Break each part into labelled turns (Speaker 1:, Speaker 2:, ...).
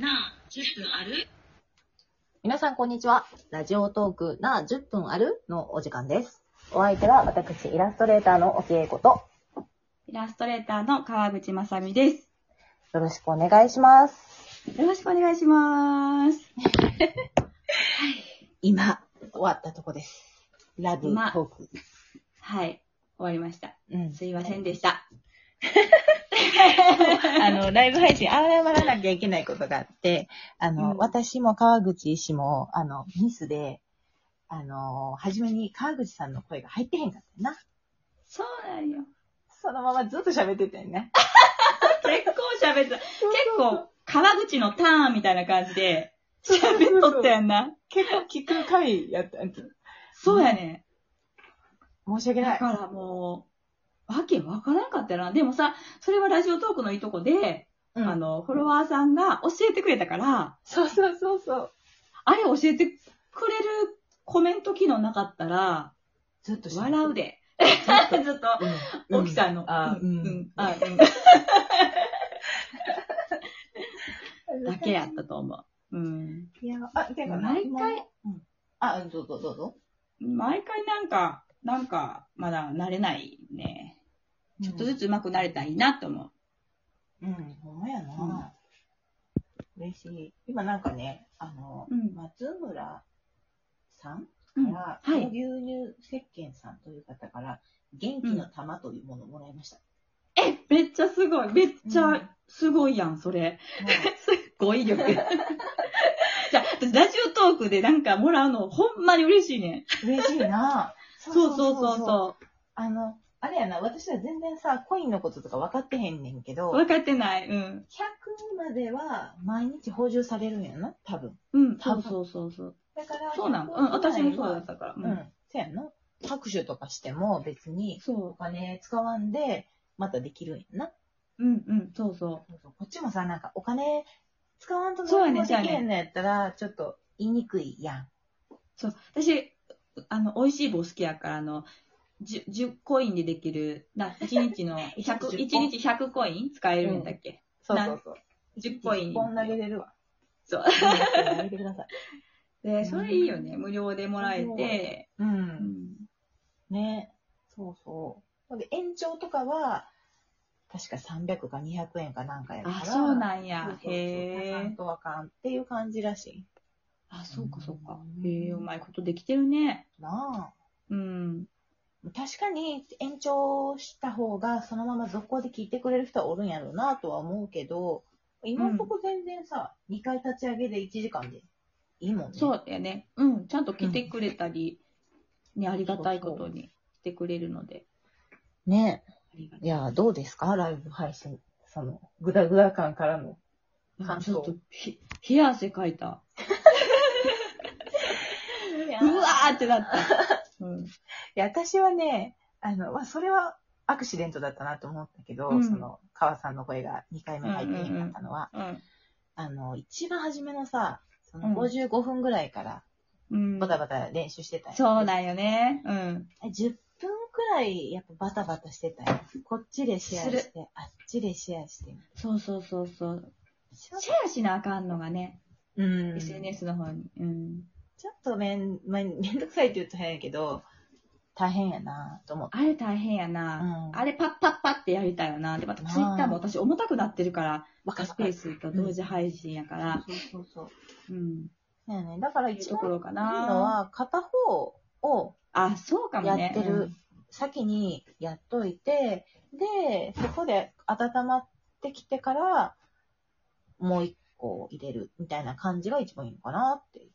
Speaker 1: 10分ある
Speaker 2: 皆さん、こんにちは。ラジオトークなあ10分あるのお時間です。お相手は私、イラストレーターの沖江子と、
Speaker 1: イラストレーターの川口まさみです。
Speaker 2: よろしくお願いします。
Speaker 1: よろしくお願いします。
Speaker 2: 今、終わったとこです。ラブト
Speaker 1: 今
Speaker 2: ーク。
Speaker 1: はい。終わりました。
Speaker 2: うん
Speaker 1: すいませんでした。
Speaker 2: あの、ライブ配信、謝らなきゃいけないことがあって、あの、
Speaker 1: うん
Speaker 2: 私も川口医師も、あの、ミスで、あの、初めに川口さんの声が入ってへんかったな。
Speaker 1: そうなんよ。
Speaker 2: そのままずっと喋ってたよ ね。
Speaker 1: 結構喋った。結構、川口のターンみたいな感じで、喋っとったやんな。
Speaker 2: 結構聞く回やった。申
Speaker 1: そうやね。
Speaker 2: し訳な
Speaker 1: だ
Speaker 2: い。
Speaker 1: からもう、わけわからんかったよな。でもさ、それはラジオトークのいいとこで、
Speaker 2: うん
Speaker 1: あの、フォロワーさんが教えてくれたから、
Speaker 2: そうそうそうそう。
Speaker 1: あれ教えてくれるコメント機能なかったら、
Speaker 2: ずっと喋って
Speaker 1: 笑う。で。 ずっと、
Speaker 2: う
Speaker 1: 奥さんの、
Speaker 2: あ
Speaker 1: うん
Speaker 2: うん
Speaker 1: うんあうん
Speaker 2: ん
Speaker 1: だけやったと思う。うん。
Speaker 2: いや、あ、でもな
Speaker 1: 毎回、
Speaker 2: うんあ、どうぞどうぞ。
Speaker 1: 毎回なんか、なんか、まだ慣れないね。
Speaker 2: ち
Speaker 1: ちょっとずつ上手くなれたらいいなと思う。
Speaker 2: うん、ほんまやな。嬉しい。今なんかね、あの、
Speaker 1: うん
Speaker 2: 松村さん
Speaker 1: うん
Speaker 2: から、
Speaker 1: は
Speaker 2: 牛
Speaker 1: い。
Speaker 2: 乳石鹸さんという方から、元気の玉というものをもらいました。
Speaker 1: え、めっちゃすごい。めっち
Speaker 2: う
Speaker 1: ゃ
Speaker 2: ん
Speaker 1: すごいやん、それ。
Speaker 2: もう
Speaker 1: すっごい 力。じゃあ、私ラジオトークでなんかもらうの、ほんまに嬉しいね。
Speaker 2: 嬉しいな そ
Speaker 1: そうそうそうそ
Speaker 2: あの、あれやな、私は全然さ、コインのこととか分かってへんねんけ
Speaker 1: う。
Speaker 2: ど、100
Speaker 1: 分かってない。うん。
Speaker 2: までは毎日補充されるんやな、多分。
Speaker 1: うん、そうそうそうそう。
Speaker 2: だから、
Speaker 1: そうなの。
Speaker 2: 100
Speaker 1: うん、私もそうだっ
Speaker 2: ぐ
Speaker 1: たから。う。
Speaker 2: らいは。うんん、そうやんな。拍手とかしても別にお
Speaker 1: そ
Speaker 2: 金使わんで、またできるんやな。
Speaker 1: う。うんうん、そうそ
Speaker 2: そうそうこっちもさ、なんかお金使わんと
Speaker 1: そうやね
Speaker 2: できへんのやったら、ちょっと言いにくいやん。
Speaker 1: う。そう。私、あの、美味しい棒好きやから、あの、じゅ 10, コインでできる、な、1日の100、1
Speaker 2: 10
Speaker 1: 日100コイン使えるんだっけ、
Speaker 2: そうそうそう。
Speaker 1: 10コイン
Speaker 2: 1本投げれるわ。
Speaker 1: そう
Speaker 2: うん。投げてください。
Speaker 1: で、それいいよね。無料でもらえて。
Speaker 2: う。
Speaker 1: うんん。
Speaker 2: ね。そうそう。で、延長とかは、確か300か200円かなんかやから。
Speaker 1: あ、そう
Speaker 2: や。
Speaker 1: なんや。
Speaker 2: へ
Speaker 1: へ
Speaker 2: ぇ
Speaker 1: ー
Speaker 2: んとあかんっていう感じらしい。
Speaker 1: あ、そうかそうか。
Speaker 2: うん
Speaker 1: へえ、うまいことできてるね。
Speaker 2: な
Speaker 1: うん。
Speaker 2: あ。確かに延長した方が、そのまま続行で聞いてくれる人はおるんやろうなとは思うけど、今のとこ全然さ、2回立ち上げで1時間でいいもんね。
Speaker 1: そうやね。うん。ちゃんと来てくれたり、ね、ありがたいことに来てくれるので。
Speaker 2: ね
Speaker 1: ありがた
Speaker 2: いや、どうですかライブ配信。その、グダグダ感からの。
Speaker 1: い。
Speaker 2: 感
Speaker 1: ちょ
Speaker 2: 想
Speaker 1: っと、ひ、冷や汗かいた。
Speaker 2: う
Speaker 1: うわーってなった。うん。
Speaker 2: いや、私はね、あの、まあ、それはアクシデントだったなと思ったけど、
Speaker 1: うん
Speaker 2: その、川さんの声が2回目入ってへんかったのは、
Speaker 1: うん。
Speaker 2: あの、一番初めのさ、その
Speaker 1: うん
Speaker 2: 55分ぐらいから
Speaker 1: うん。
Speaker 2: バタバタ練習してたんや
Speaker 1: そうなんよね。うん。
Speaker 2: 10分くらいやっぱバタバタしてたんやこっちでシェア
Speaker 1: す
Speaker 2: して、あっちでシェアして。
Speaker 1: そうそうそうそう。シェアしなあかんのがね、
Speaker 2: うん。
Speaker 1: SNS の方に。うん。
Speaker 2: ちょっとめん、めんめんどくさいって言うと変やけど、大変やなと思って。
Speaker 1: あれ大変やな。
Speaker 2: うん
Speaker 1: あれパッパッパってやりたいよな。で、また
Speaker 2: なあ
Speaker 1: ツイッターも私重たくなってるから、
Speaker 2: わ
Speaker 1: スペースと同時配信やから。
Speaker 2: そうそうそ
Speaker 1: う
Speaker 2: う。
Speaker 1: ん。
Speaker 2: そうやね。だから
Speaker 1: いう
Speaker 2: 一
Speaker 1: とこ
Speaker 2: 番い
Speaker 1: ろ
Speaker 2: い
Speaker 1: か
Speaker 2: の
Speaker 1: な。
Speaker 2: は、片方を
Speaker 1: あ、そうかもね。
Speaker 2: やってる先にやっといて、で、そこで温まってきてから、もう一個入れるみたいな感じが一番いいのかなって。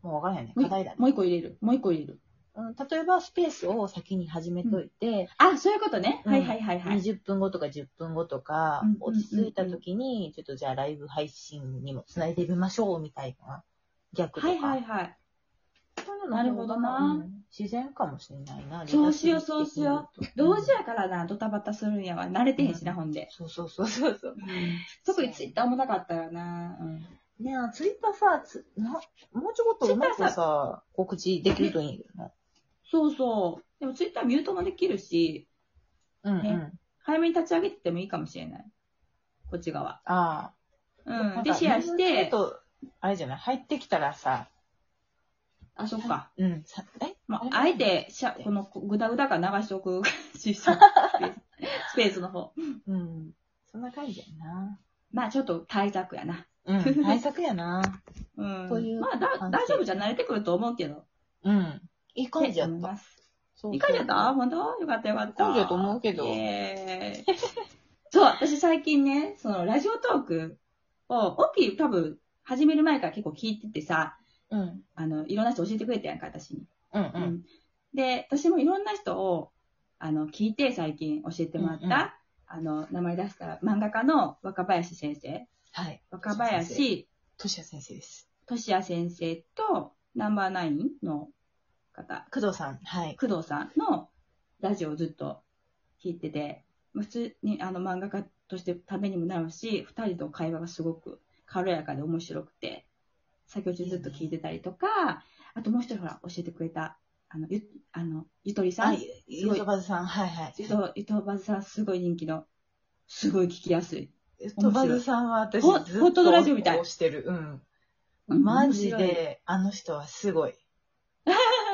Speaker 2: もう分からへんね。
Speaker 1: うん
Speaker 2: 課題だね。
Speaker 1: もう一個入れる。もう一個入れる。
Speaker 2: うん、例えば、スペースを先に始めといて、
Speaker 1: あ、そういうことね。
Speaker 2: うん
Speaker 1: はいはいはいはい。
Speaker 2: 20分後とか10分後とか
Speaker 1: うんうん、うんうん
Speaker 2: 落ち着いた時に、ちょっとじゃあライブ配信にも繋いでみましょうみたいな。逆とか。
Speaker 1: はいはいはい。
Speaker 2: な
Speaker 1: なるほどな
Speaker 2: うん自然かもしれないな。
Speaker 1: そうしよう
Speaker 2: リラックス
Speaker 1: そうしよ
Speaker 2: できると
Speaker 1: 同時やからな、ドタバタするんやわ。慣れてへんしな、
Speaker 2: うん
Speaker 1: ほんで。
Speaker 2: そうそうそうそうそう。
Speaker 1: 特にツイッターもなかったらな。うん
Speaker 2: ねえ、ツイッターさ、つなもうちょこっとうまくさ、告知できるといいんだよね。
Speaker 1: そうそう。でもツイッターミュートもできるし、
Speaker 2: うんうん。
Speaker 1: ね早めに立ち上げててもいいかもしれない。こっち側。
Speaker 2: ああ。
Speaker 1: う。
Speaker 2: なんん
Speaker 1: で、
Speaker 2: か
Speaker 1: シェアし、
Speaker 2: ちょってとあれじゃない入ってきたらさ、
Speaker 1: あ、そっか。
Speaker 2: うん、さえ
Speaker 1: まあ、
Speaker 2: あ
Speaker 1: あ
Speaker 2: れ
Speaker 1: えて、しゃ、この、ぐだぐだ感流しとく感じ、 スペーススペースの方。
Speaker 2: うん。そんな感じやな。
Speaker 1: まあ、ちょっと対策やな。
Speaker 2: うん、対策やな。
Speaker 1: うん。
Speaker 2: という
Speaker 1: まあ、だ
Speaker 2: 感、じ
Speaker 1: 大丈夫じゃん慣れてくると思うけど。
Speaker 2: うん。いい感じや
Speaker 1: って
Speaker 2: っ
Speaker 1: 思い
Speaker 2: た。
Speaker 1: ます。
Speaker 2: そう
Speaker 1: いかにやった本当よかったよかった。
Speaker 2: 根性と思うけど
Speaker 1: イエーイそう、私最近ね、その、ラジオトークを、オッキー多分、始める前から結構聞いててさ、
Speaker 2: うん。
Speaker 1: あの、いろんな人教えてくれてやんか、私に。
Speaker 2: うん
Speaker 1: う
Speaker 2: うん。
Speaker 1: んで、私もいろんな人を、あの、聞いて最近教えてもらった、
Speaker 2: うんうん
Speaker 1: あの、名前出したら漫画家の若林先生、
Speaker 2: はい。
Speaker 1: 若林
Speaker 2: としや先生です。
Speaker 1: 俊也先生と、ナンバーナインの方、
Speaker 2: 工藤さん。はい。
Speaker 1: 工藤さんのラジオをずっと聞いてて、普通にあの漫画家としてためにもなるし、二人との会話がすごく軽やかで面白くて、作業中ずっと聞いてたりとか、あともう一人ほら、教えてくれた、あの、ゆ、あの、ゆとりさん。
Speaker 2: はい。
Speaker 1: すご
Speaker 2: ゆ
Speaker 1: い
Speaker 2: とばずさん。はいはい。
Speaker 1: 伊藤、伊藤バズさんすごい人気の、すごい聞きやすい。
Speaker 2: ゆとばずさんは私
Speaker 1: ほん
Speaker 2: ず
Speaker 1: ほ
Speaker 2: っ
Speaker 1: んと
Speaker 2: と
Speaker 1: のラジオみたい
Speaker 2: 推してる。うん。マジ。で、あの人はすごい。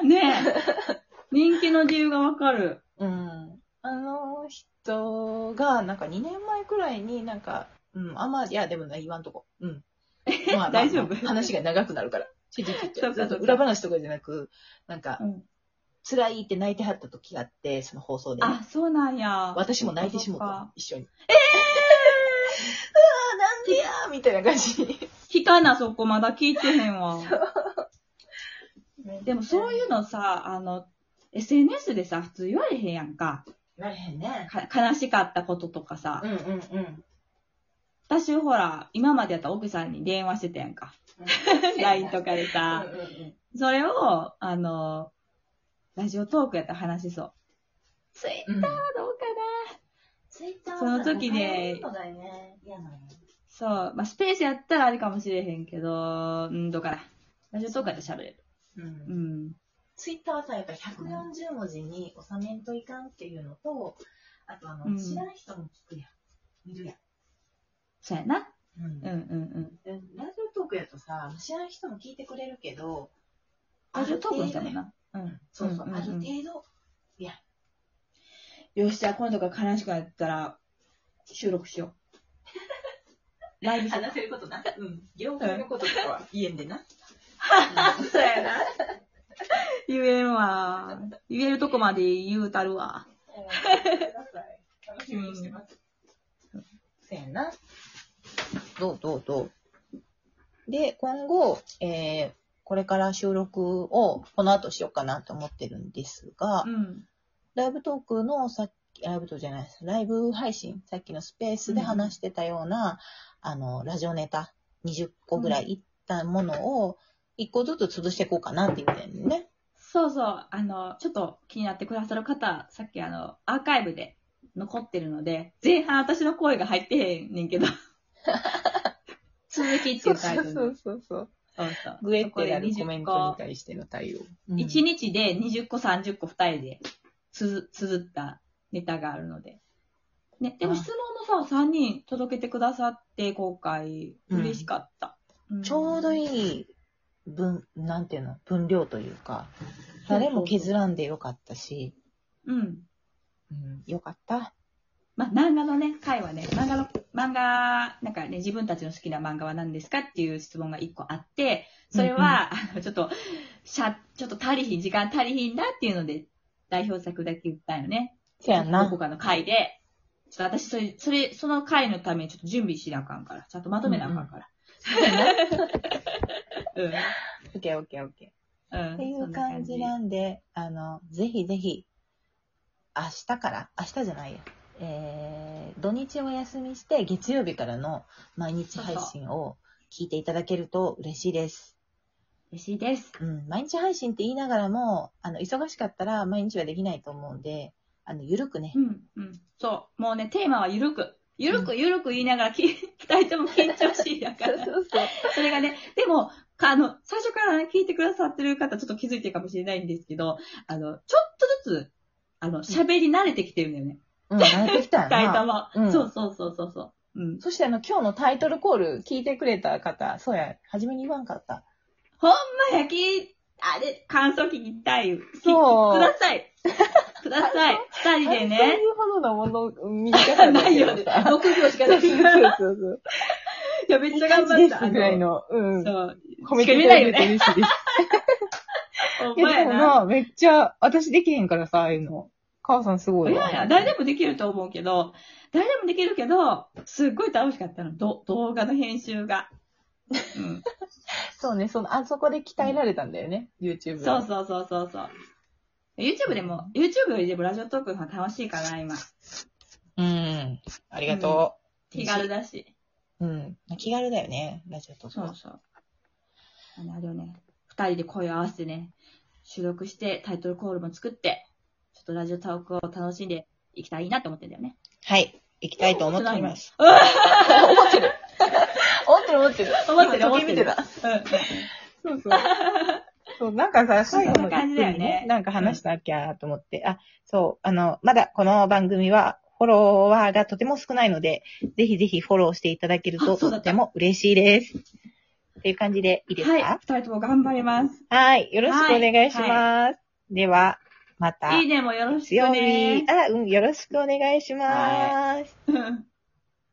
Speaker 1: ね え。人気の理由がわかる。
Speaker 2: うん。あの人が、なんか2年前くらいになんか、うん、あんま、いや、でもね、言わんとこ。 うん。まあ
Speaker 1: 大丈夫
Speaker 2: まあ話が長くなるから。ちょちょちょ ち
Speaker 1: そう
Speaker 2: ょ
Speaker 1: かそうか
Speaker 2: 裏話とかじゃなく、なんか、
Speaker 1: ん、
Speaker 2: 辛いって泣いてはった時があって、その放送でね、
Speaker 1: あ、そうなんや。
Speaker 2: 私も泣いてしもうた
Speaker 1: そっ
Speaker 2: わ
Speaker 1: か。
Speaker 2: 一緒に。ええうわなんでやみたいな感じに。
Speaker 1: 聞かな、そこまだ聞いてへんわ。 でもそういうのさ、あの、SNS でさ、普通言われへんやんか。
Speaker 2: なれへんね。
Speaker 1: か悲しかったこととかさ。
Speaker 2: うんうんうん。
Speaker 1: 私ほら、今までやったら奥さんに電話してたやんか。LINE とかでさ。
Speaker 2: うんうんうん
Speaker 1: それを、あの、ラジオトークやったら話しそう。ツイ
Speaker 2: う
Speaker 1: ど
Speaker 2: ん
Speaker 1: うかな
Speaker 3: ツイッター
Speaker 1: その時ね
Speaker 3: そうだよね。嫌なのよ。
Speaker 1: そう。まあ、スペースやったらあれかもしれへんけど、うん、どうかな。ラジオトークやったら喋れる。
Speaker 2: うん
Speaker 1: うん。
Speaker 3: ツイッターはさ、やっぱ140文字に収めんといかんっていうのと、あとあの、
Speaker 1: うん
Speaker 3: 知らん人も聞くやん。見るやん。
Speaker 1: そうやな。
Speaker 3: うん
Speaker 1: うんうんうん。
Speaker 3: ラジオトークやとさ、知らん人も聞いてくれるけど、
Speaker 1: ラジオトークの
Speaker 3: あ
Speaker 1: た
Speaker 3: る
Speaker 1: め
Speaker 3: 程度
Speaker 1: な。うん。
Speaker 3: そうそう、
Speaker 1: んんん
Speaker 3: ある程度。
Speaker 1: よし、じゃあ今度から悲しくなったら、収録しよう。ライブしよ
Speaker 3: 話せることな。うん。業界のこととかは言えんでな。
Speaker 1: う。そうやな。言えんわ。言えるとこまで言うたるわ。
Speaker 3: 楽しみにしてます。
Speaker 2: そやな。どうどうどう。で、今後、えー、これから収録をこの後しようかなと思ってるんですが、
Speaker 1: うん。
Speaker 2: ライブトークのさっき、ライブトークじゃないです。ライブ配信、さっきのスペースで話してたような、あの、ラジオネタ20個ぐらいいったものを、1個ずつ潰していこうかなって言ってるね。
Speaker 1: そうそう、あの、ちょっと気になってくださる方、さっきあの、アーカイブで残ってるので、前半私の声が入ってへんね んけど。続きっていうタイトル。そう
Speaker 2: そうそう。
Speaker 1: そう
Speaker 2: グエってやる
Speaker 1: そ
Speaker 2: コ
Speaker 1: こで
Speaker 2: メ
Speaker 1: 20
Speaker 2: ン
Speaker 1: 個
Speaker 2: トに対しての対応。うん
Speaker 1: 1日で20個、30個2人でつづ、つづったネタがあるので。ね、でも質問もさ、3人届けてくださって、今回、
Speaker 2: うん
Speaker 1: 嬉しかった。ん
Speaker 2: ちょうどいい分、なんていうの、分量というか、誰も削らんでよかったし、
Speaker 1: うん。
Speaker 2: うん、よかった。
Speaker 1: まあ、漫画のね、回はね、漫画の、漫画、なんかね、自分たちの好きな漫画は何ですかっていう質問が1個あって、それは、あのちょっと、しゃ、ちょっと足りひん、時間足りひんだっていうので、代表作だけ言ったんよね。
Speaker 2: せや
Speaker 1: ど
Speaker 2: な
Speaker 1: こ。かの回で、ちょっと私、それ、それ、その回のためにちょっと準備しなあかんから、ちゃんとまとめなあかんから。うん、うん。
Speaker 2: オッケーオッケーオッケ
Speaker 1: うん
Speaker 2: ー。っていう感じなんで、あの、ぜひぜひ、明日から、明日じゃないや。えー、土日お休みして、月曜日からの毎日配信を聞いていただけると嬉しいです。
Speaker 1: 嬉しいです。
Speaker 2: うん、毎日配信って言いながらも、あの、忙しかったら毎日はできないと思うんで、あの、ゆるくね
Speaker 1: う、ん、うん。そう。もうね、テーマはゆるく。ゆるくゆるく言いながら、き 二人とも緊張しいだから。
Speaker 2: う そう。
Speaker 1: それがね、でも、かあの、最初からね、聞いてくださってる方、ちょっと気づいてるかもしれないんですけど、あの、ちょっとずつ、あの、喋り慣れてきてるんだよね。
Speaker 2: うん、慣れてきたよ
Speaker 1: 二人と
Speaker 2: な。
Speaker 1: も。
Speaker 2: うん
Speaker 1: そうそうそうそうそう。うん。
Speaker 2: そしてあの、今日のタイトルコール聞いてくれた方、そうや、初めに言わんかった。
Speaker 1: まあ、焼き、あれ、感想聞きたい。
Speaker 2: そう
Speaker 1: きください。ください。二人で
Speaker 2: そう
Speaker 1: ね。
Speaker 2: いうほどのもの、短さ だけどさ
Speaker 1: 6秒しか
Speaker 2: そ
Speaker 1: な
Speaker 2: う
Speaker 1: い。
Speaker 2: そう
Speaker 1: い
Speaker 2: そう
Speaker 1: や、めっ
Speaker 2: そう。
Speaker 1: ちゃ頑張った。
Speaker 2: いい感じですぐらいの、うん。
Speaker 1: そう。
Speaker 2: 褒めていただけると嬉しいです。
Speaker 1: お
Speaker 2: いや、
Speaker 1: 前
Speaker 2: で
Speaker 1: や
Speaker 2: も
Speaker 1: な。
Speaker 2: な、めっちゃ、私できへんからさ、ああいうの。母さんすごい
Speaker 1: い
Speaker 2: わ。
Speaker 1: やいや、誰でもできると思うけど、誰でもできるけど、すっごい楽しかったの。ど動画の編集が。うん。
Speaker 2: そうね、その、あそこで鍛えられたんだよね、YouTube。
Speaker 1: そうそうそうそうそう。YouTube でも、YouTube よりでもラジオトークの方が楽しいから、今。
Speaker 2: う。うん。ありがとう。
Speaker 1: 気軽だし。
Speaker 2: うん。気軽だよね、ラジオと
Speaker 1: そうそう。あの、あれをね、二人で声を合わせてね、収録して、タイトルコールも作って、ちょっとラジオトークを楽しんでいきたいなと思ってんだよね。
Speaker 2: はい。行きたいと思っています。
Speaker 1: うわ
Speaker 2: 思ってる。思ってる、思ってる。
Speaker 1: 思ってる
Speaker 2: 今時計見てた。そうそう。そう、なんかさ、最後
Speaker 1: そん
Speaker 2: の
Speaker 1: な感じ
Speaker 2: 一
Speaker 1: だよね
Speaker 2: 分ね、なんか話したなきゃと思って、あ、そう、あの、まだこの番組は、フォロワーがとても少ないので、ぜひぜひフォローしていただけると
Speaker 1: あそう
Speaker 2: と
Speaker 1: だった
Speaker 2: っても嬉しいです。っていう感じでいいです
Speaker 1: はい、
Speaker 2: か
Speaker 1: 二人とも頑張ります。
Speaker 2: はい。よろしくお願いします。
Speaker 1: は
Speaker 2: では、また。
Speaker 1: いいねもよろしく
Speaker 2: 曜日
Speaker 1: ね。
Speaker 2: あ、うん、よろしくお願いします。
Speaker 1: うん